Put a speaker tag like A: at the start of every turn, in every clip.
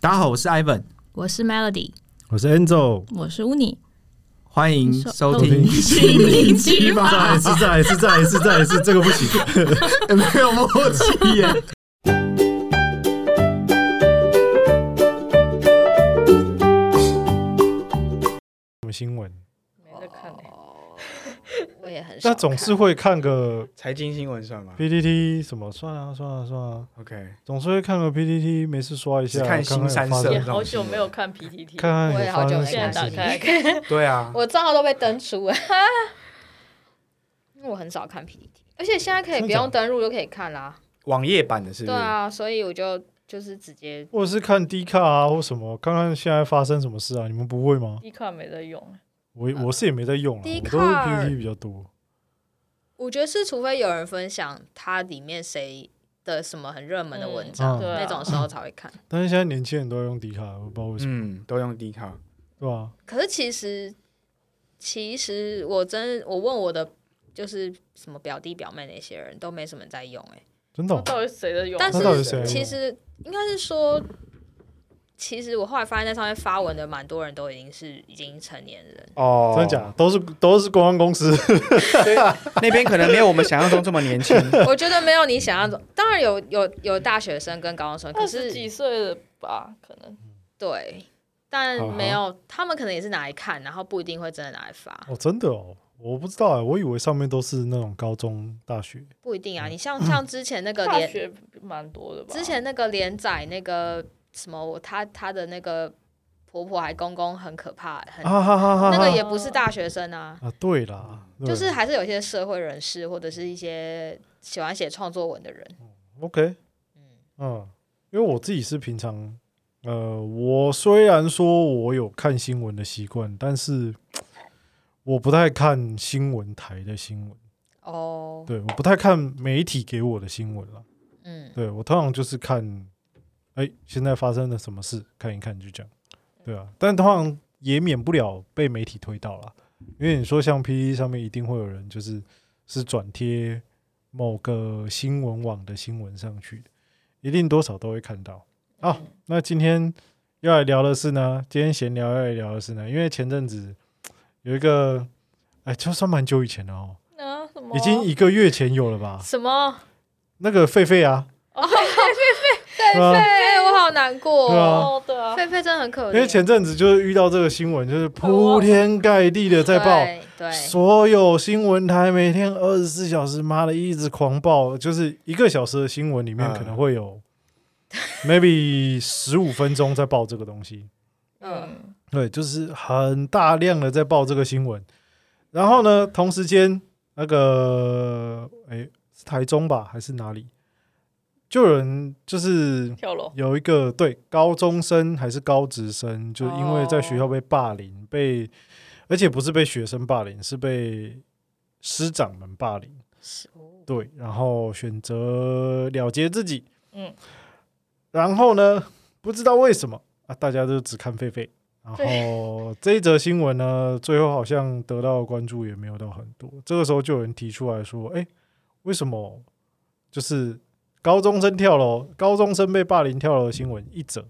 A: 大家好，我是 Ivan，
B: 我是 Melody，
C: 我是 Angel，
B: 我是 Uni，
A: 欢迎收听
C: 听。
B: 心灵奇
C: 再来一次，再来一次，再来一次，再来一次， 这个不行。
A: 没有默契耶。
C: 什么新闻？
D: 没在看、欸。
E: 我也很少
C: 那
E: 看。
C: 总是会看个
D: 财经新闻算吗
C: PPT 什么，算啊算啊算啊，
D: ？OK，
C: 总是会看个 PPT，没事刷一下，
D: 只看新三色
C: 看
D: 这
F: 也
C: 看
D: 种
F: 好久没有看 PTT，
C: 看看
E: 我也好久没
C: 有发生
F: 现在打
C: 什么
E: 看
C: 事
F: 开来
C: 情
F: 看，
D: 对啊，
E: 我账号都被登出了， 因为我很少看 PPT，而且现在可以
C: 真的
E: 不
C: 假的
E: 用登录就可以看啦。
D: 网页版的是不
E: 对
D: 是？
E: 啊，所以我就就是直接
C: 或者是看 D 卡啊，或什么，看看现在发生什么事啊？你们不会吗？
F: 一卡没在用，
C: 我
E: 呃
C: 我是也没在用啊，我都是
E: Dcard
C: PPT 比较多。
E: 我觉得是，除非有人分享它里面谁的什么很热门的文章，
C: 嗯
F: 对啊
E: 那种时候才会看。
C: 但是现在年轻人都要用 D 卡，我不知道为什么，
D: 嗯，都用 D 卡，
C: 对啊吧？
E: 可是其实，其实我真我问我的就是什么表弟表妹那些人都没什么在用哎、
C: 真的
F: 那
C: 哦，
F: 到底谁在用？
E: 但
C: 那到底
E: 是
C: 谁在用
E: 其实应该是说，其实我后来发现，在上面发文的蛮多人都已经是已经成年人。
D: 哦
C: 真的假的？都是都是公关公司，
D: 那边可能没有我们想象中这么年轻，
E: 我觉得没有你想象中，当然有有有大学生跟高中生，可
F: 二十几
E: 是
F: 岁了吧？可能
E: 对，但
D: 好好
E: 没有，他们可能也是拿来看，然后不一定会真的拿来发，
C: 哦，真的哦，我不知道哎、我以为上面都是那种高中、大学，
E: 不一定
C: 嗯
E: 啊。你像像之前那个
F: 大
E: 连
F: 学蛮多的吧？
E: 之前那个连载那个什么，我他他的那个婆婆还公公很可怕，很、
C: 啊哈哈哈
E: 嗯那
C: 哈
E: 个也不是大学生啊，
C: 啊，对啦，对
E: 就是还是有一些社会人士或者是一些喜欢写创作文的人，
C: OK，
E: 嗯
C: 嗯，因为我自己是平常，呃，我虽然说我有看新闻的习惯，但是我不太看新闻台的新闻，
E: 哦，
C: 对，我不太看媒体给我的新闻啦，
E: 嗯，
C: 对我通常就是看，哎，现在发生了什么事，看一看就这样，
F: 嗯
C: 对啊，但通常也免不了被媒体推到啦，因为你说像 PPT 上面一定会有人就是是转贴某个新闻网的新闻上去的，一定多少都会看到。好、
F: 嗯
C: 那今天要来聊的是呢，今天闲聊要来聊的是呢，因为前阵子有一个，哎，就算蛮久以前了哦，
F: 那啊什么
C: 已经一个月前有了吧？
E: 什么？
C: 那个狒狒啊，
E: 哦狒
C: 啊
E: 狒，哎我好难过、
C: 对啊
E: 哦。
F: 哦，对啊，
E: 狒狒真的很可怜，
C: 因为前阵子就是遇到这个新闻，就是铺天盖地的在报，
E: 对对，
C: 所有新闻台每天二十四小时，妈的一直狂报，就是一个小时的新闻里面
D: 嗯
C: 可能会有 maybe 十五分钟在报这个东西，
E: 嗯，
F: 嗯，
C: 对，就是很大量的在报这个新闻。然后呢，同时间那个诶是台中吧还是哪里，就有人就是
F: 跳楼，
C: 有一个对高中生还是高职生，就因为在学
E: 哦
C: 校被霸凌，被而且不是被学生霸凌，是被师长们霸凌。
E: 是哦
C: 对，然后选择了结自己。
F: 嗯，
C: 然后呢，不知道为什么啊，大家都只看狒狒。然后这一则新闻呢，最后好像得到的关注也没有到很多。这个时候就有人提出来说：“哎，为什么就是高中生跳楼、高中生被霸凌跳楼的新闻一则，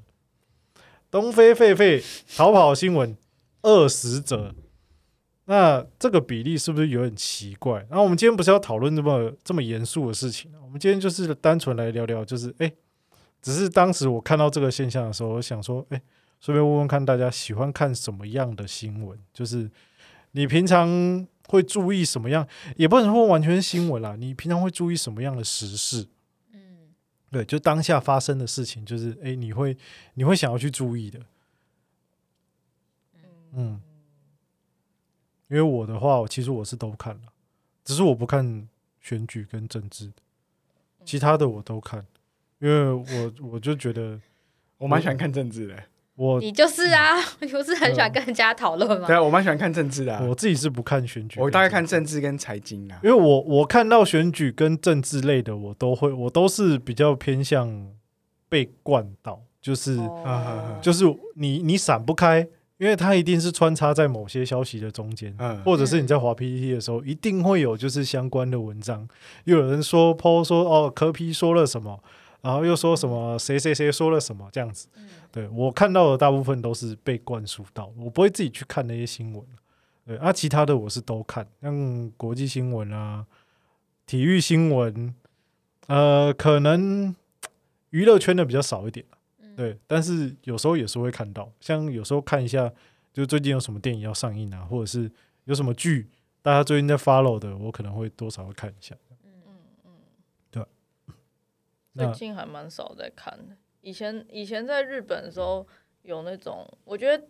C: 东非狒狒逃跑的新闻二十则？那这个比例是不是有点奇怪？那我们今天不是要讨论这么这么严肃的事情啊，我们今天就是单纯来聊聊，就是哎，只是当时我看到这个现象的时候，我想说，哎，顺便问问看大家喜欢看什么样的新闻，就是你平常会注意什么样，也不能说完全是新闻啦，你平常会注意什么样的时事？
E: 嗯，
C: 对，就当下发生的事情，就是哎，你会你会想要去注意的，嗯，因为我的话，我其实我是都看了，只是我不看选举跟政治，其他的我都看，因为我我就觉得
D: 我蛮喜欢看政治的。
C: 我
E: 你就是啊，你不是很喜欢跟人家讨论吗
D: 对？啊，我蛮喜欢看政治的啊。
C: 我自己是不看选举，
D: 我大概看，政治跟财经啊
C: 因。为我我看到选举跟政治类的，我都会，我都是比较偏向被灌到，就是、
F: 嗯
D: 啊
C: 就是你你闪不开，因为它一定是穿插在某些消息的中间，
D: 嗯，
C: 或者是你在滑 PPT 的时候，一定会有就是相关的文章，又有人说 PO 说哦，柯批说了什么然后又说什么谁谁谁说了什么这样子。
E: 嗯
C: 对我看到的大部分都是被灌输到，我不会自己去看那些新闻。对啊，其他的我是都看，像国际新闻啊、体育新闻，呃，可能娱乐圈的比较少一点。
E: 嗯，
C: 对，但是有时候也是会看到，像有时候看一下，就最近有什么电影要上映啊，或者是有什么剧大家最近在 follow 的，我可能会多少会看一下。
F: 嗯嗯，
C: 那啊
F: 最近还蛮少在看的。以前以前在日本的时候有那种，我觉得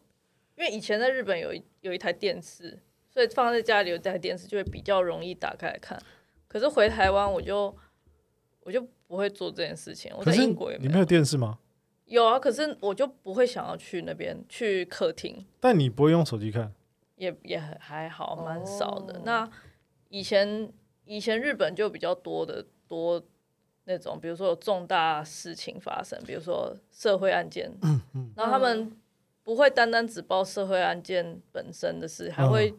F: 因为以前在日本有一有一台电视，所以放在家里有台电视就会比较容易打开来看。可是回台湾我就我就不会做这件事情。我
C: 可
F: 在
C: 是
F: 英国也
C: 你没有电视吗？
F: 有啊，可是我就不会想要去那边去客厅，
C: 但你不会用手机看，
F: 也也很还好，
E: 哦
F: 蛮少的。那以前以前日本就比较多的多那种，比如说有重大事情发生，比如说社会案件，然后他们不会单单只报社会案件本身的事，还会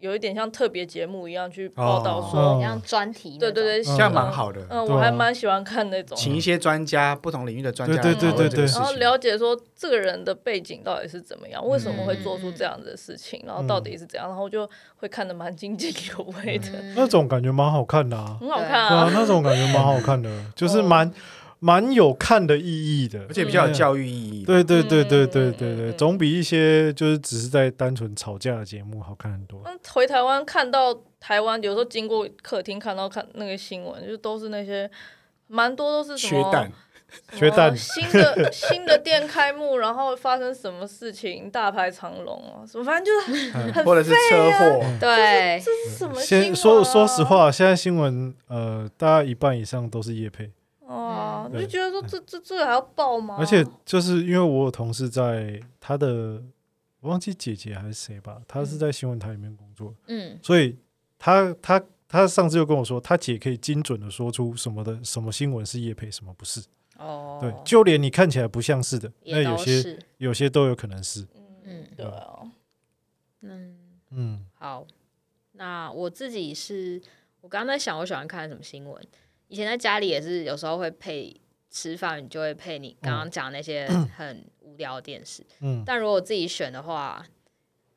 F: 有一点像特别节目一样去报道说，
C: 哦
E: 像专题
F: 对
E: 那
F: 对对，
E: 种，
C: 这
D: 这样蛮。好的。
F: 嗯，
C: 对
F: 我还
C: 啊
F: 蛮喜欢看那种的，
D: 请一些专家，不同领域的专家来
C: 对
F: 对对
D: 讨论
F: 对
D: 这个
C: 对
D: 事情，
F: 然后了解说这个人的背景到底是怎么样，为什么会做出这样子的事
C: 嗯
F: 情，然后到底是怎样，然后就会看得蛮津津有味的，
E: 嗯
C: 那种感觉蛮好看的啊，
F: 很好看
C: 对啊，
F: 啊。
C: 那种感觉蛮好看的，就是
F: 哦
C: 蛮蛮有看的意义的，
D: 而且比较有教育
E: 嗯
D: 意义。
C: 对对对对对
F: 嗯
C: 对对，
F: 嗯
C: 总比一些就是只是在单纯吵架的节目好看很多。
E: 哦
F: 嗯，回台湾看到台湾，有时候经过客厅看到看那个新闻，就都是那些蛮多都是什
D: 缺
F: 么
D: 蛋，
F: 什么
C: 缺蛋
F: 新的新的店开幕，然后发生什么事情，大排长龙啊，什么反正就是哎
D: 或者是车祸，嗯
E: 对，
F: 这是什么新闻
C: 先
F: 啊
C: 说说实话，现在新闻呃，大概一半以上都是叶配，
F: 哦，
C: 嗯
F: 你就觉得说这这这个还要报
E: 哦
F: 吗？
C: 而且就是因为我有同事在他的，我忘记姐姐还是谁吧，她是在新闻台里面工作，
E: 嗯
C: 所以他他他上次就跟我说，他姐可以精准的说出什么的什么新闻是叶配，什么不是。
E: 哦，
C: 对，就连你看起来不像是的，那
E: 也
C: 有
E: 都
C: 些
E: 是，
C: 有些都有可能是。
F: 嗯，
E: 嗯
F: 对啊，
E: 嗯，
C: 嗯，
E: 好，那我自己是，我刚刚在想我喜欢看什么新闻，以前在家里也是有时候会配。吃饭你就会配你刚
D: 嗯
E: 刚讲那些很无聊的电视，
C: 嗯
E: 但如果我自己选的话，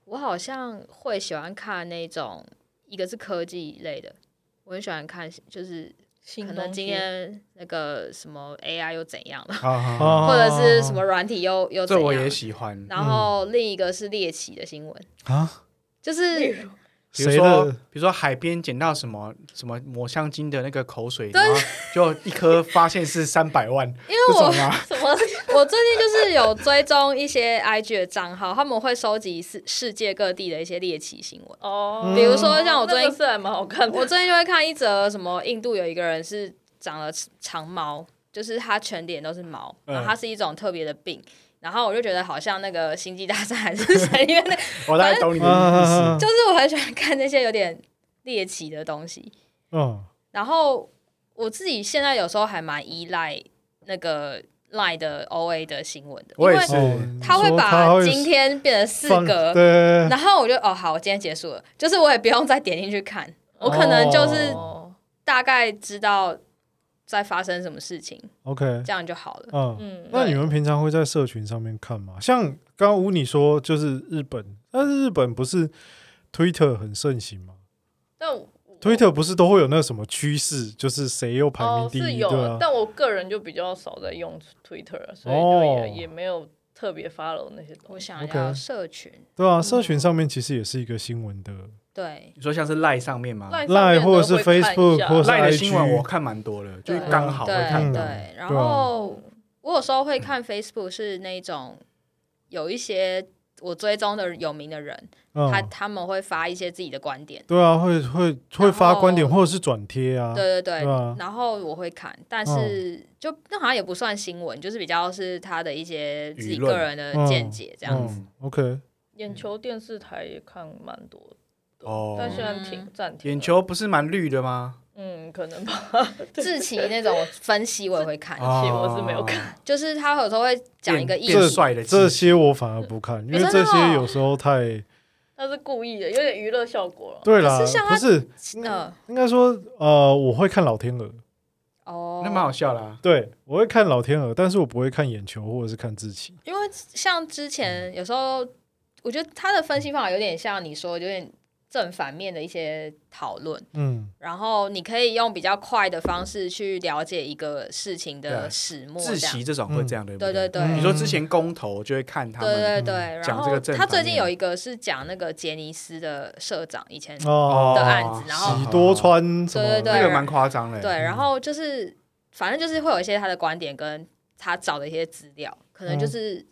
E: 我好像会喜欢看那种，一个是科技类的，我很喜欢看，就是
F: 新
E: 可
F: 东
E: 能
F: 西
E: 今天那个什么 AI 又怎样了，
D: 啊，
C: 啊
E: 或者是什么软体又又怎
D: 这我
E: 样
D: 也。喜嗯欢。
E: 然后另一个是猎奇的新闻，
C: 啊？
E: 就是
D: 比如
C: 谁
D: 说，
C: 的
D: 比如说海边捡到什么什么抹香鲸的那个口水，然后就一颗发现是三百万，
E: 因为
D: 这
E: 我
D: 种啊，
F: 什么
E: 我最近就是有追踪一些 IG 的账号，他们会收集世世界各地的一些猎奇新闻。
F: 哦，嗯
E: 比如说像我最
F: 那
E: 近
F: 个是还蛮好看的，
E: 我最近就会看一则什么，印度有一个人是长了长毛，就是他全脸都是毛，
D: 嗯
E: 然后它是一种特别的病。然后我就觉得好像那个《星际大战》还是谁，因为那
D: 我大概懂你
C: 啊
D: 的意思。
E: 就是我很喜欢看那些有点猎奇的东西。
C: 嗯
E: 然后我自己现在有时候还蛮依赖那个 Line 的 OA 的新闻的，因
D: 我也
E: 为
D: 是
C: 哦
E: 他会
C: 说他
E: 把
C: 会
E: 今天变成四
C: 放
E: 格，
C: 对，
E: 然后我就哦好，我今天结束了，就是我也不用再点进去看，我可能就是
F: 哦，
E: 大概知道在发生什么事情，
C: OK，
E: 这样就好了。
C: 嗯。
F: 嗯，
C: 那
E: 对
C: 你们平常会在社群上面看吗？像刚刚吴你说就是日本，但是日本不是 Twitter 很盛行吗
F: 但我
C: ？Twitter 不是都会有那什么趋势，就是谁又排名
F: 哦
C: 第
F: 是
C: 一，
F: 有
C: 对
F: 了
C: 啊，，
F: 但我个人就比较少在用 Twitter，了所以
C: 哦
F: 就也也没有特别 follow 那些东
E: 我
F: 西。
E: 想
C: OK
E: 要社群，
C: 对啊，社群上面其实也是一个新闻的，
E: 嗯对，
D: 你说像是赖上面吗？
F: 赖
C: Line 或者是 Facebook 或者是
D: 赖的
C: IG
D: 新闻我看蛮多的，就是刚好会看
E: 对
D: 到。
E: 对。然
C: 对啊
E: 后我有时候会看 Facebook，是那种有一些我追踪的有名的人，他
C: 嗯，
E: 他们会发一些自己的观点，
C: 对啊，会会会发观点或者是转贴啊，
E: 对对对
C: 对。啊，
E: 然后我会看，但
D: 嗯
E: 是就那好像也不算新闻，就是比较是他的一些自己
D: 舆论
E: 个人的见解这样子。
C: 嗯，OK，
F: 眼球电视台也看蛮多的，
D: 哦
F: 但现在停
E: 嗯
F: 暂停了。
D: 眼球不是蛮绿的吗？
F: 嗯，可能吧。
E: 志奇那种分析哎我也会看，
D: 啊
F: 其实我是没有看，
E: 就是他有时候会讲一个
D: 哦变
E: 意
D: 变
E: 思，
D: 帅的
C: 这
D: 字
C: 些我反而不看，因为
E: 真的
C: 这
E: 哦
C: 些有时候太
F: 他是故意的，有点娱乐效果了。
C: 对啦
E: 可是像，
C: 不
E: 他
C: 是
E: 嗯、
C: 呃应该说呃，我会看老天鹅，
E: 哦，
D: 那蛮好笑啦。
C: 对我会看老天鹅，但是我不会看眼球或者是看志奇。
E: 因为像之前有时候，我觉得他的分析方法有点像你说，有点正反面的一些讨论。
C: 嗯，
E: 然后你可以用比较快的方式去了解一个事情的始末，
D: 自
E: 这样
D: 习这种会这样对不
E: 哦对对对，
D: 嗯你说之前公投就会看他
E: 对
D: 们，
E: 对对。
D: 嗯
E: 然
D: 讲这个
E: 后
D: 正
E: 他最
D: 反
E: 近
D: 面
E: 有一个是讲那个杰尼斯的社长以前
C: 哦，
E: 的案子然后
C: 喜
D: 哦
C: 多川什么？
E: 对对对
D: 那个蛮夸张的，
E: 对，然后就是反正就是会有一些他的观点跟他找的一些资料，
D: 嗯
E: 可能就是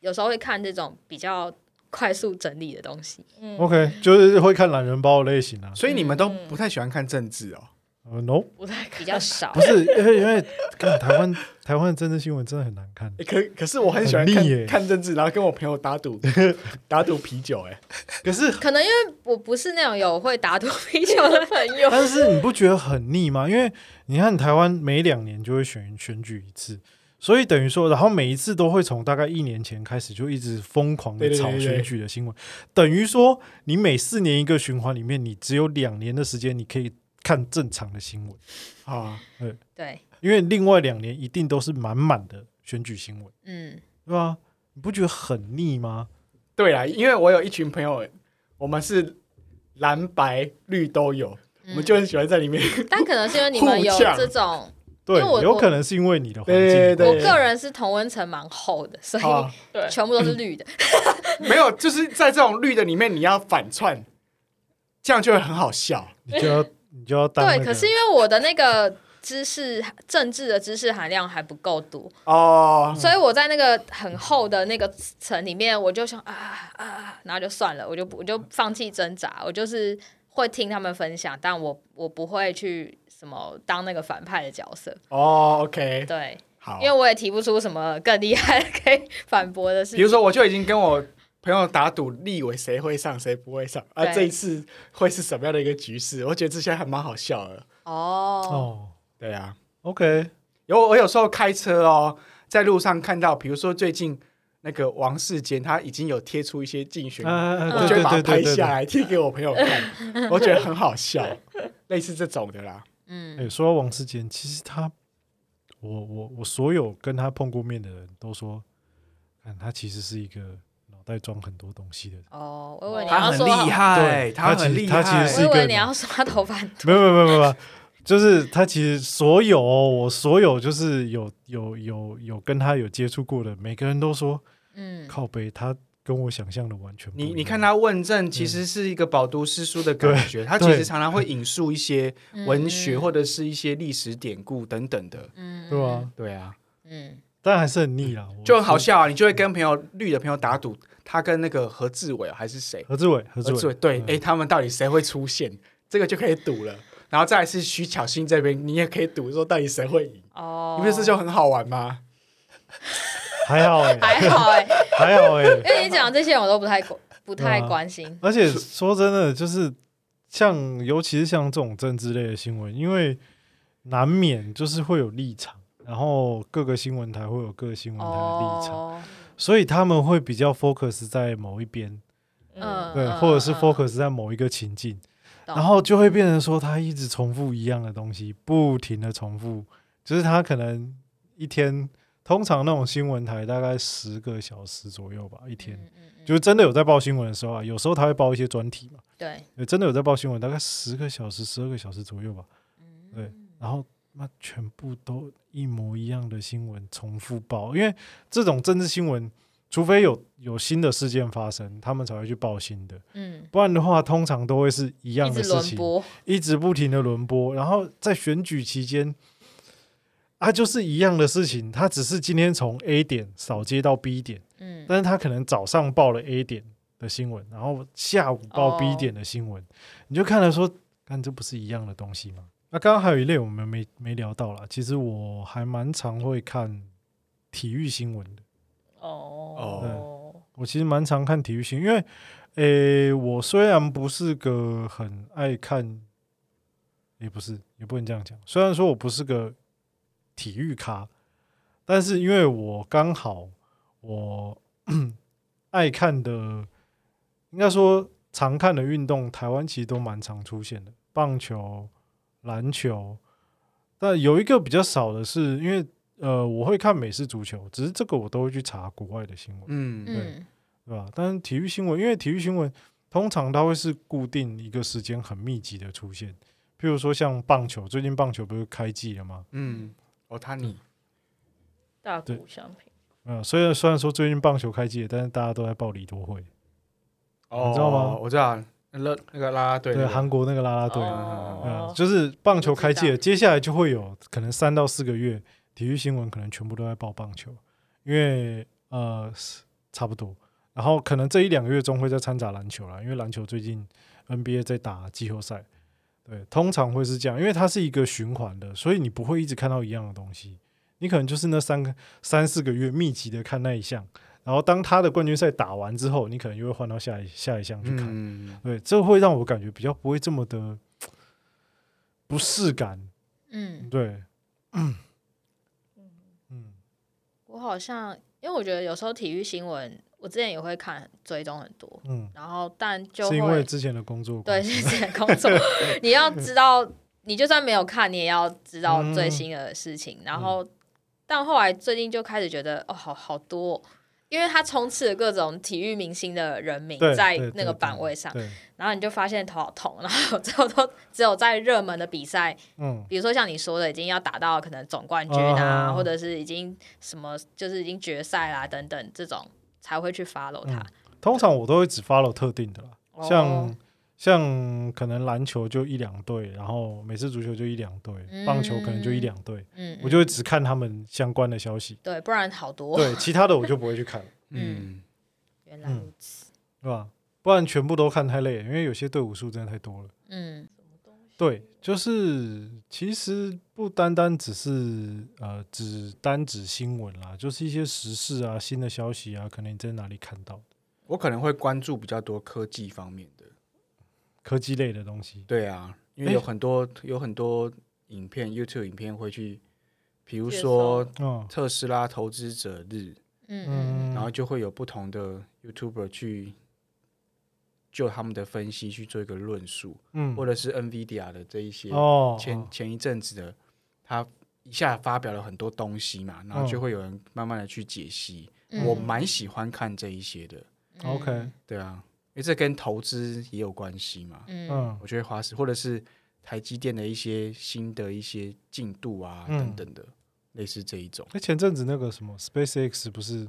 E: 有时候会看这种比较快速整理的东西。
F: 嗯
C: OK，就是会看懒人包的类型啊。
D: 所以你们都
E: 嗯
D: 不太喜欢看政治哦。
C: 呃，no，
F: 不太可
E: 比较少
C: 不，是因为因为看台湾台湾的政治新闻真的很难看。
D: 欸可可是我很喜欢
C: 很
D: 看
C: 腻耶
D: 看政治，然后跟我朋友打 赌打赌啤酒，哎，
C: 可是，
E: 可能因为我不是那种有会打赌啤酒的朋友
C: 但是你不觉得很腻吗？因为你看台湾每两年就会选选举一次，所以等于说，然后每一次都会从大概一年前开始就一直疯狂的
D: 对对
C: 炒
D: 对对
C: 选举的新闻，等于说你每四年一个循环里面，你只有两年的时间你可以看正常的新闻，
D: 啊，
E: 对，
C: 因为另外两年一定都是满满的选举新闻，
E: 嗯，
C: 对吧？你不觉得很腻吗？
D: 对啦，因为我有一群朋友，我们是蓝白绿都有，
E: 嗯
D: 我们就很喜欢在里 面。
E: 但可能是因为你们有
D: 互呛
E: 这种，
C: 对，
E: 因为我
C: 有可能是因为你的环境，
D: 对对对
E: 我个人是同温层蛮厚的，所
D: 啊
E: 以，
F: 对，
E: 全部都是绿的。
D: 没有，就是在这种绿的里面，你要反串，这样就会很好笑。
C: 你就要你就要当、那
E: 对，
C: 个
E: 可是因为我的那个知识政治的知识含量还不够多，
D: 哦，
E: 所以我在那个很厚的那个层里面，我就想啊啊，然后就算了，我就不我就放弃挣扎，我就是会听他们分享，但我我不会去什么当那个反派的角色，
D: 哦，OK，
E: 对，
D: 好
E: 因为。我也提不出什么更厉害的 可以反驳的事
D: 比如
E: 情。
D: 说，我就已经跟我朋友打赌，立委谁会上，谁不会上啊？
E: 对
D: 这一次会是什么样的一个局势？我觉得这些还蛮好笑的。
E: 哦，
C: 哦
D: 对啊，
C: ，OK，
D: 有我有时候开车哦，在路上看到，比如说最近那个王世坚，他已经有贴出一些竞选，
C: 啊，对
D: 我就
C: 对
D: 会把它
C: 对
D: 拍
C: 对对
D: 下来贴给我朋友看，我觉得很好笑，类似这种的啦。
C: 哎、
E: 嗯，
C: 说到王世坚，其实他，我我我所有跟他碰过面的人都说，看他其实是一个脑袋装很多东西的人。
E: 哦，我以为你
F: 他
E: 要说，
C: 对他
D: 很
C: 其实
D: 厉
C: 他
D: 害，
C: 其实是
E: 我以
C: 一个
E: 为你要说他头发很
C: 没有没有没有没有没有，就是他其实所有哦我所有就是有有有有跟他有接触过的，每个人都说
E: 嗯，
C: 靠北，他跟我想象的完全不一
D: 你
C: 样。
D: 你看他问政，其实是一个饱读诗书的感觉。他其
C: 对
D: 实常常会引述一些文学
E: 嗯
D: 或者是一些历史典故等等的。
E: 嗯，
C: 对吧？
D: 对啊，
E: 嗯，
C: 但还是很腻啦，我
D: 就很好。笑啊！你就会跟朋友绿的朋友打赌，他跟那个何志伟啊还是谁？
C: 何志伟，何
D: 何
C: 志
D: 志伟
C: 伟，
D: 对，
C: 嗯
D: 哎，他们到底谁会出现？这个就可以赌了。然后再来是徐巧芯这边，你也可以赌说到底谁会赢，
E: 哦，
D: 你不是这就很好玩吗？
C: 还 好哎、
E: 还好哎，
C: 还好哎、
E: 因为你讲这些我都不太关不太
C: 对啊
E: 关心，
C: 而且说真的，就是像尤其是像这种政治类的新闻，因为难免就是会有立场，然后各个新闻台会有各个新闻台的嗯立场，
E: 哦，
C: 所以他们会比较 focus 在某一边，
F: 嗯，
C: 对，或者是 focus 在某一个情境，
E: 懂
C: 然后就会变成说他一直重复一样的东西，不停的重复，就是他可能一天。通常那种新闻台大概十个小时左右吧，一
F: 嗯
C: 天、就是真的有在报新闻的时候啊，有时候他会报一些专题嘛，
E: 对，
C: 呃，真的有在报新闻，大概十个小时、十二个小时左右吧。对，
E: 嗯
C: 然后那全部都一模一样的新闻重复报，因为这种政治新闻，除非有有新的事件发生，他们才会去报新的，
E: 嗯，
C: 不然的话，通常都会是一样
E: 一
C: 的
E: 直
C: 事
E: 轮
C: 情，
E: 播，
C: 一直不停的轮播。然后在选举期间，啊，就是一样的事情，他只是今天从 A 点扫街到 B 点。
E: 嗯，
C: 但是他可能早上报了 A 点的新闻，然后下午报
E: 哦
C: B 点的新闻，你就看了说，看这不是一样的东西吗？那刚刚还有一类我们没没聊到啦，其实我还蛮常会看体育新闻的，
F: 哦，
C: 我其实蛮常看体育新闻，因为，诶、我虽然不是个很爱看，也不是，也不能这样讲，虽然说我不是个体育咖，但是因为我刚好我 爱看的，应该说常看的运动，台湾其实都蛮常出现的，棒球、篮球，但有一个比较少的是，因为呃，我会看美式足球，只是这个我都会去查国外的新闻，
D: 嗯，
E: 嗯，
C: 对吧？但是体育新闻，因为体育新闻通常它会是固定一个时间很密集的出现，譬如说像棒球，最近棒球不是开季了吗？
D: 嗯，哦，他你
F: 大
C: 对
F: 股相平，
C: 嗯，虽然虽然说最近棒球开季了，但是大家都在报李多会，
D: 哦，
C: 你知道吗
D: 我知道，那乐那个嗯啦啦队，
C: 啊对，韩国那个啦啦队，
F: 哦
C: 嗯，就是棒球开季
F: 我
C: 了，
F: 知道
C: 接下来就会有可能三到四个月，体育新闻可能全部都在报棒球，因为呃是差不多，然后可能这一两个月中会再掺杂篮球啦，因为篮球最近 NBA 在打季后赛，对，通常会是这样，因为它是一个循环的，所以你不会一直看到一样的东西，你可能就是那三个三四个月密集的看那一项，然后当他的冠军赛打完之后，你可能又会换到下一下一项去看。
D: 嗯，
C: 对，这会让我感觉比较不会这么的不适感。
E: 嗯，
C: 对，
F: 嗯，
C: 嗯，
E: 我好像因为我觉得有时候体育新闻，我之前也会看追踪很多，
C: 嗯，
E: 然后但就是
C: 因
E: 会
C: 为之前的工作关
E: 对
C: 系，
E: 是自己的工 作，你要知道，你就算没有看，你也要知道
C: 嗯
E: 最新的事情。然后，但后来最近就开始觉得，哦，好好多哦、因为它充斥了各种体育明星的人名
C: 对
E: 在
C: 对
E: 那
C: 对
E: 个
C: 对
E: 版位上，
C: 对，
E: 然后你就发现头好痛，然后最后都只有在热门的比赛，
C: 嗯，
E: 比如说像你说的，已经要打到可能总冠军
C: 啊
E: 啊，或者是已经什么，就是已经决赛啦、等等这种，才会去 follow 它。
C: 通常我都会只 follow 特定的啦，
E: 哦
C: 像像可能篮球就一两队，然后美式足球就一两队，棒球可能就一两队，
E: 嗯，
C: 我就会
E: 嗯
C: 只看他们相关的消息。
E: 对，不然好多。
C: 对，其他的我就不会去看了，
D: 嗯，
E: 原来如此。
C: 对吧？不然全部都看太累了，因为有些队伍数真的太多了。
E: 嗯
C: 对，就是其实不单单只是呃，只单指新闻啦，就是一些时事啊、新的消息啊，可能你在哪里看到的
D: 我可能会关注比较多科技方面的，
C: 科技类的东西。
D: 对啊，因为
C: 诶
D: 有很多有很多影片，YouTube 影片会去，比如
F: 介绍
D: 说
C: 嗯
D: 特斯拉投资者日，
E: 嗯嗯
C: 嗯，
D: 然后就会有不同的 YouTuber 去就他们的分析去做一个论述，
C: 嗯
D: 或者是 NVIDIA 的这一些
C: 哦
D: 前、
C: 哦
D: 前一阵子的，他一下发表了很多东西嘛，然
C: 嗯
D: 后就会有人慢慢的去解析。
E: 嗯
D: 我蛮喜欢看这一些的，
C: OK，
D: 对啊，因为这跟投资也有关系嘛。
E: 嗯
C: 嗯
D: 我觉得华时或者是台积电的一些新的一些进度啊、
C: 嗯
D: 等等的，类似这一种，
C: 那前阵子那个什么 SpaceX 不是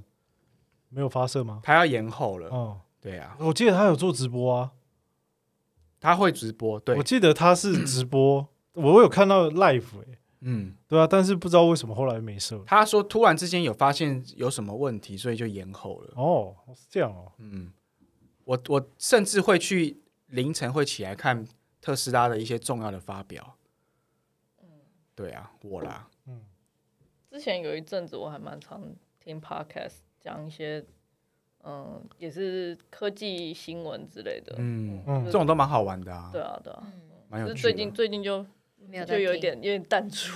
C: 没有发射吗？
D: 他要延后了。
C: 哦，
D: 对啊，
C: 我记得他有做直播啊，
D: 他会直播，对
C: 我，记得他是直播，我有看到 live 欸
D: 嗯。
C: 对啊，但是不知道为什么后来没射。
D: 他说突然之间有发现有什么问题，所以就延后了。
C: 哦，是这样哦，
D: 嗯，我我甚至会去凌晨会起来看特斯拉的一些重要的发表。
E: 嗯
D: 对啊，我啦，
C: 嗯
F: 之前有一阵子我还蛮常听 podcast 讲一些，嗯，也是科技新闻之类的。
D: 嗯，
C: 嗯
D: 这种都蛮好玩的啊
F: 对，啊，对啊，
D: 蛮
F: 就
D: 有
F: 是
D: 趣的。
F: 最近最近就
E: 没嗯有在
F: 就有一
E: 听
F: 点有点淡出。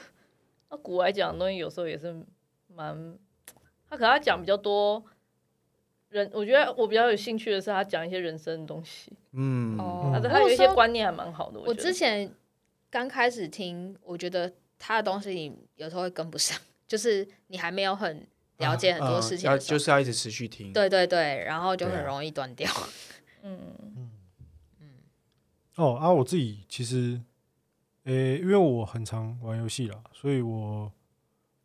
F: 那古来讲的东西有时候也是蛮，他可能他讲比较多人，我觉得我比较有兴趣的是他讲一些人生的东西，
D: 嗯，
E: 哦
F: 他
C: 嗯
F: 他有一些观啊念还蛮好的。
E: 我
F: 觉
E: 之
F: 得
E: 前刚开始听，我觉得他的东西你有时候会跟不上， 就是你还没有很了解很多事情
D: 啊要
E: 的时
D: 呃就
E: 候，
D: 是要一直持续听。，
E: 对对对，然后就
D: 对啊
E: 很容易断掉。
F: 嗯，
C: 哦啊，我自己其实，诶、因为我很常玩游戏啦，所以我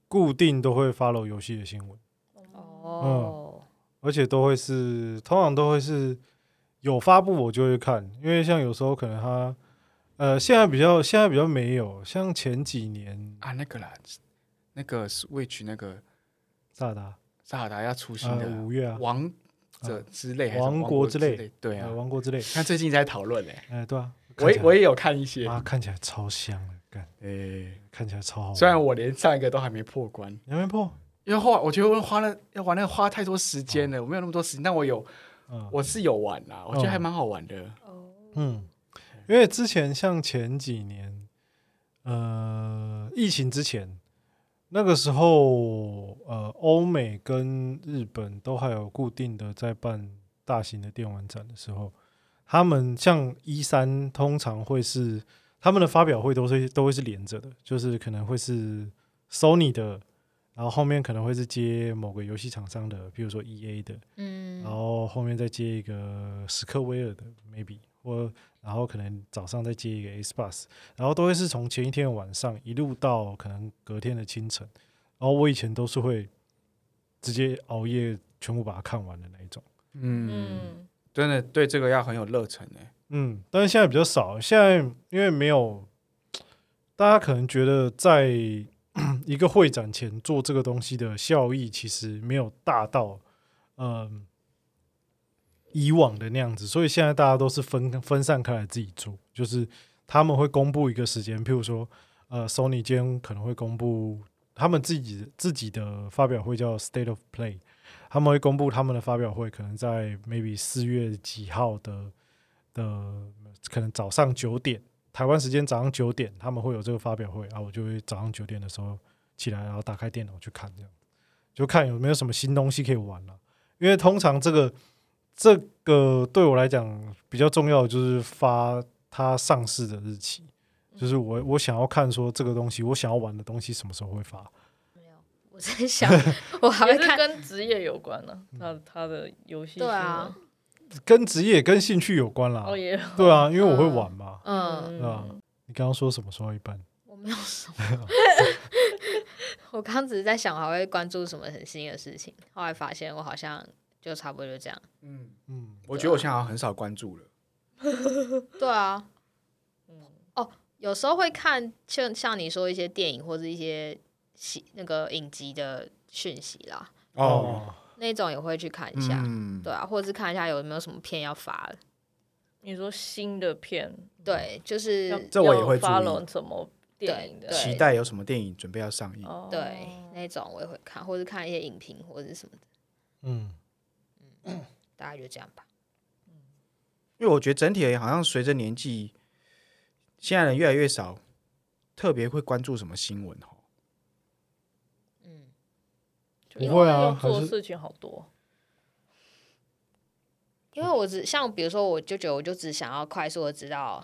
C: 固定都会 follow 游戏的新闻，
E: 哦，
C: 而且都会是通常都会是有发布我就会看，因为像有时候可能它，呃，现在比较现在比较没有，像前几年
D: 啊，那个啦，那个 Switch 那个
C: 萨达
D: 萨尔达要出新
C: 啊
D: 的
C: 五月啊，
D: 王者之类，还是
C: 啊王国之类
D: 类，对啊
C: 呃，王国 之类，
D: 他最近在讨论嘞，
C: 哎、对啊，
D: 我
C: 看
D: 也
C: 起来
D: 我也有看一些，
C: 啊看起来超香的，干
D: 诶。
C: 看起来超好玩，
D: 虽然我连上一个都还没破关，
C: 两面破，
D: 因为后来我觉得我花了要玩那个花太多时间了，我没有那么多时间，但我有
C: 嗯
D: 我是有玩啦，我觉得还蛮好玩的。
C: 嗯，因为之前像前几年，呃，疫情之前，那个时候，呃，欧美跟日本都还有固定的在办大型的电玩展的时候，他们像一三通常会是他们的发表会都是都会是连着的，就是可能会是 Sony 的，然后后面可能会是接某个游戏厂商的，比如说 EA 的，
E: 嗯
C: 然，后后面再接一个史克威尔的，maybe 或然后可能早上再接一个 S bus，然后都会是从前一天的晚上一路到可能隔天的清晨。然后我以前都是会直接熬夜全部把它看完的那一种。
D: 嗯，
F: 嗯，
D: 真的对这个要很有热忱哎、
C: 嗯，但是现在比较少，现在因为没有，大家可能觉得在一个会展前做这个东西的效益其实没有大到，嗯、以往的那样子，所以现在大家都是分分散开来自己做，就是他们会公布一个时间，譬如说，呃，Sony 今天可能会公布他们自己自己的发表会叫 State of Play，他们会公布他们的发表会可能在 maybe 四月几号的。的可能早上九点，台湾时间早上九点，他们会有这个发表会啊，我就会早上九点的时候起来，然后打开电脑去看，这样就看有没有什么新东西可以玩了、啊因为通常这个这个对我来讲比较重要的就是发它上市的日期，
F: 嗯
C: 就是我我想要看说这个东西我想要玩的东西什么时候会发，
E: 我在想，我还会
F: 也是
E: 看，
F: 跟职业有关呢、
D: 嗯
F: 他他的游戏
E: 对啊
C: 跟职业跟兴趣有关啦
F: 新闻，哦也有，
C: 对啊，因为我会玩嘛，
E: 嗯，
C: 对啊，你刚刚说什么说到一半？
E: 我没有什么， 我刚刚只是在想我还会关注什么很新的事情，后来发现我好像就差不多就这样。
D: 嗯，
C: 嗯，
D: 我觉得我现在好像很少关注了。
E: 对啊，
F: 嗯
E: 哦，有时候会看像像你说一些电影或者一些戏那个影集的讯息啦，
D: 哦，
E: 那种也会去看一下，
D: 嗯，
E: 对啊，或者是看一下有没有什么片要发
F: 嗯
E: 了。
F: 你说新的片，
E: 对，就
F: 要
E: 是
D: 这我也会注意
F: 发了什么电影的？
E: 对
D: 期待有什么电影准备要上映。
F: 哦
E: 对啊那种我也会看，或者看一些影评或者是什么的，
C: 嗯，
E: 大概就这样吧。
D: 因为我觉得整体而言，好像随着年纪，现在人越来越少，特别会关注什么新闻哦。
E: 嗯，
F: 就是
C: 不会啊
F: 要
C: 还
F: 做
C: 是
F: 事情好多，
E: 因为我只像比如说，我就觉得我就只想要快速的知道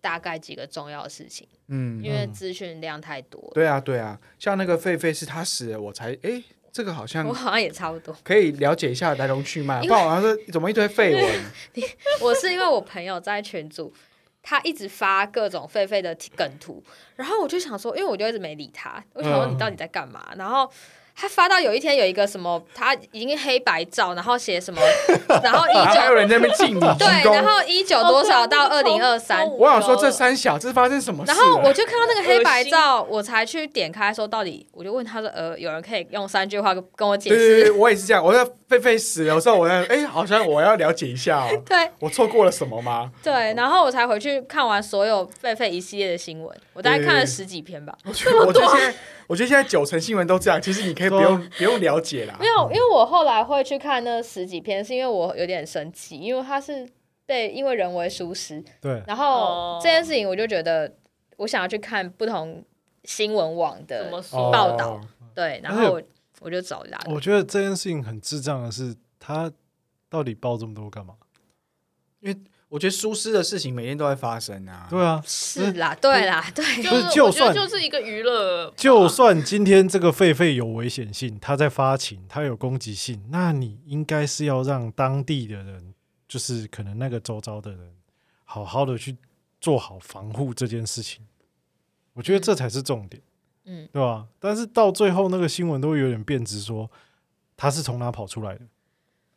E: 大概几个重要的事情，
D: 嗯，
E: 因为
C: 嗯
E: 资讯量太多了。
D: 对啊，对啊，像那个狒狒是他死了，我才哎，这个好像
E: 我好像也差不多，
D: 可以了解一下来龙去脉，
E: 因为
D: 不然好像是怎么一堆绯闻。
E: 我是因为我朋友在群组，他一直发各种狒狒的梗图，然后我就想说，因为我就一直没理他，我想说
D: 嗯
E: 你到底在干嘛？然后。他发到有一天有一个什么，他已经黑白照，然后写 什么，然后一
D: 然后还有
E: 九
D: 人在那边 敬礼鞠
E: 对，然
D: 躬。
E: 后一九多少到二零二三，
F: 哦
D: 我想说这三小这是发生什么事
E: 然
D: 了？
E: 后我就看到那个黑白
F: 恶心
E: 照，我才去点开说到底，我就问他说，呃，有人可以用三句话跟跟我解
D: 对对对，
E: 释？
D: 我也是这样。我在狒狒死了之后，我在哎，好像我要了解一下哦，
E: 对
D: 我错过了什么吗？
E: 对，然后我才回去看完所有狒狒一系列的新闻，我大概看了十几篇吧。
D: 我觉得，我觉得现在，我觉得现在九成新闻都这样，其实你可以不用不用了解啦
E: 没。有，因为我后来会去看那十几篇，是因为我有点生气，因为它是被因为人为疏失，
C: 对，
E: 然后
F: 哦
E: 这件事情我就觉得我想要去看不同新闻网
F: 怎么
E: 的
D: 哦
F: 说？
E: 报道对，然
C: 而且
E: 后我我就找啦。
C: 我觉得这件事情很智障的是，他到底报这么多干嘛？
D: 我觉得疏失的事情每天都会发生啊。
C: 对啊，
E: 是啦，对啦，对，
F: 就
C: 不是
F: 是
C: 就
F: 我觉得
C: 算
F: 就是一个娱乐吧，
C: 就算今天这个狒狒有危险性，它在发情，它有攻击性，那你应该是要让当地的人，就是可能那个周遭的人，好好的去做好防护这件事情。我觉得这才是重点，
E: 嗯，
C: 对吧？但是到最后那个新闻都会有点变质，说它是从哪跑出来的？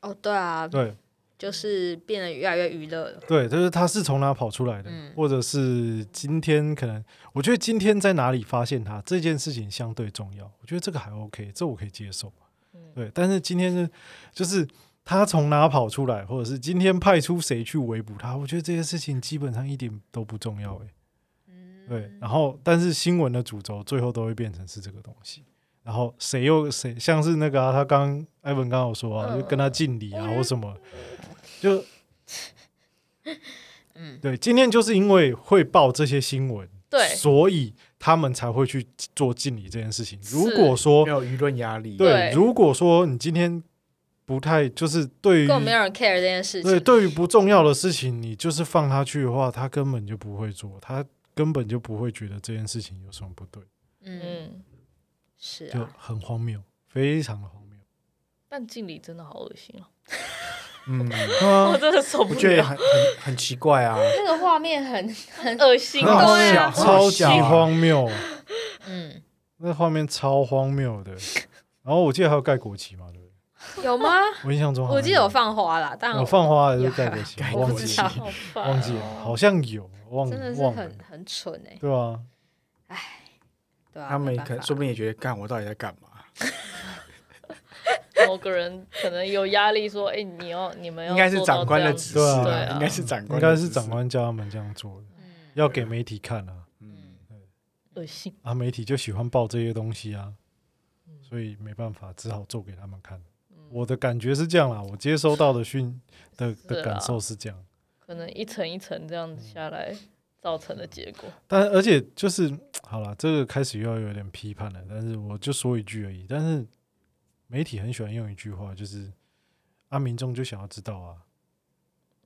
E: 哦，对啊，
C: 对
E: 就是变得越来越娱乐了。
C: 对，就是它是从哪跑出来的，
E: 嗯
C: 或者是今天可能，我觉得今天在哪里发现它这件事情相对重要，我觉得这个还 OK，这我可以接受。对，但是今天是就是他从哪跑出来，或者是今天派出谁去围捕他，我觉得这些事情基本上一点都不重要诶、欸对，然后但是新闻的主轴最后都会变成是这个东西，然后谁又谁像是那个啊，他刚艾文刚刚有说啊，就跟他敬礼啊或什么，就
E: 嗯，
C: 对，今天就是因为会报这些新闻，
F: 对
C: 所以他们才会去做敬礼这件事情。如果说
D: 没有舆论压力。
C: 对，
F: 对
C: 如果说你今天不太就是对于
E: 根本没有人 care 这件事
C: 对
E: 情。
C: 对于不重要的事情，你就是放他去的话，他根本就不会做，他根本就不会觉得这件事情有什么不对，
E: 嗯，
F: 嗯，
E: 是
C: 就
E: 啊，
C: 很荒谬，非常的荒谬。
F: 但敬礼真的好恶 心哦，
D: 嗯，
F: 我
C: 啊，
F: 真的受不
D: 我觉得
F: 了，
D: 很很很奇怪 啊。
E: 那个画面很很
F: 恶心，
C: 那好
E: 对
C: 小，
E: 啊
C: 超级
D: 好小啊
C: 荒谬，
E: 嗯，
C: 那画面超荒谬的。然后我记得还有盖国旗嘛，对不对？
E: 有吗？
C: 我印象中好像
E: 我记得有放花啦，但
C: 有放花还是盖国旗，
D: 有
C: 我忘
E: 不
C: 记
E: 知
C: 了
E: 道，
F: 好烦哦，
C: 忘记了，好像有，忘
E: 真的是
C: 忘了
E: 很，很蠢哎，
C: 对啊，
E: 对啊，
D: 他们
E: 没
D: 也可
E: 办法
D: 说不定也觉得，干我到底在干嘛？
F: 某个人可能有压力，说，哎，你要你们要
D: 应该是
F: 做到
D: 长官
F: 这
D: 的
F: 样子
D: 指示
C: 对啊
F: 对
D: 啊，
F: 啊
D: 应该是长官，
C: 应该是长。官叫他们这样做的，
E: 嗯
C: 要给媒体看啊，
D: 嗯，
F: 恶心，
C: 啊，媒体就喜欢报这些东西啊，
F: 嗯
C: 所以没办法，只好做给他们看。我的感觉是这样啦，我接收到的讯 的的
F: 是啊
C: 感受是这样，
F: 可能一层一层这样子下来造成的结果，
C: 但而且就是好啦，这个开始又要有点批判了，但是我就说一句而已。但是媒体很喜欢用一句话，就是啊，民众就想要知道啊，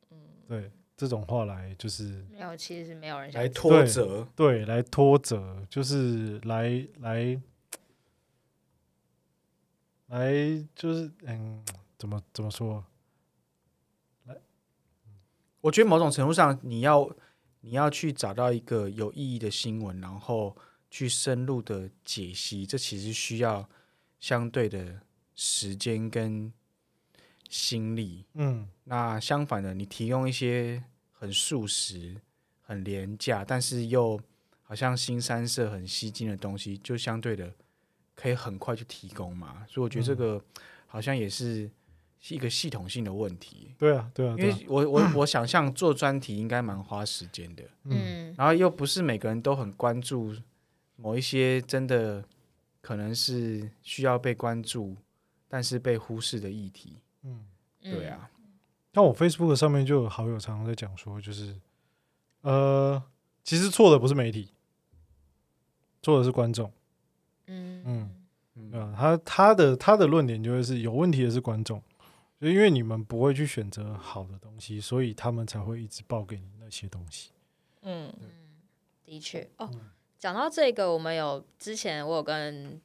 F: 嗯
C: 对这种话来就是
E: 没有，其实没有人想
D: 来拖责，
C: 对，来拖着，就是来来来，就是嗯，怎么怎么说？
D: 我觉得某种程度上，你要你要去找到一个有意义的新闻，然后去深入的解析，这其实需要相对的时间跟心力。
C: 嗯，
D: 那相反的，你提供一些很速食、很廉价，但是又好像新三色很吸睛的东西，就相对的可以很快就提供嘛。所以我觉得这个好像也是一个系统性的问题。
C: 对啊，对啊，
D: 因
C: 对
D: 为
C: 啊，
D: 我我我想象做专题应该蛮花时间的，
C: 嗯，
E: 嗯
D: 然后又不是每个人都很关注某一些真的可能是需要被关注，但是被忽视的议题。
C: 嗯。
E: 嗯
D: 对啊，
C: 那我 Facebook 上面就有好友常常在讲说，就是呃，其实错的不是媒体，错的是观众，
E: 嗯
C: 嗯
D: 嗯
C: 对吧？他他的他的论点就会是有问题的是观众，就因为你们不会去选择好的东西，所以他们才会一直报给你那些东西。
F: 嗯，
E: 的确哦。讲到这个，我们有之前我有跟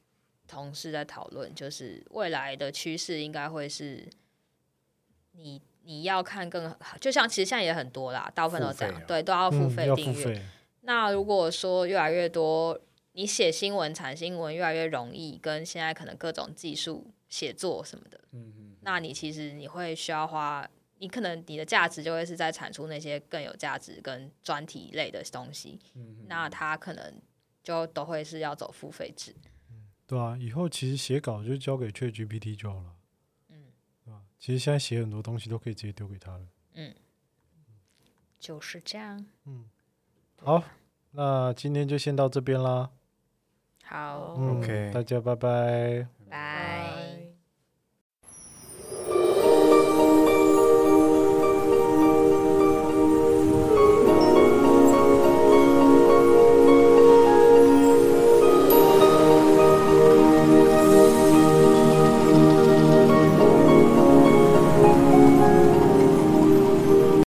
E: 同事在讨论，就是未来的趋势应该会是你你要看更，就像其实现在也很多啦，大部分都这样，
D: 付费啊
E: 对，都要付
C: 嗯，
E: 费
C: 要付
E: 订阅。
C: 费，
E: 那如果说越来越多，你写新闻、产新闻越来越容易，跟现在可能各种技术写作什么的，
D: 嗯嗯，
E: 那你其实你会需要花，你可能你的价值就会是在产出那些更有价值跟专题类的东西，那它可能就都会是要走付费制，
C: 对啊，以后其实写稿就交给 ChatGPT 就好了，
E: 嗯
C: 嗯，对吧？其实现在写很多东西都可以直接丢给他了。
E: 就是这样。
C: 好，那今天就先到这边啦。
E: 好，
C: 嗯
D: OK
C: 大家拜拜。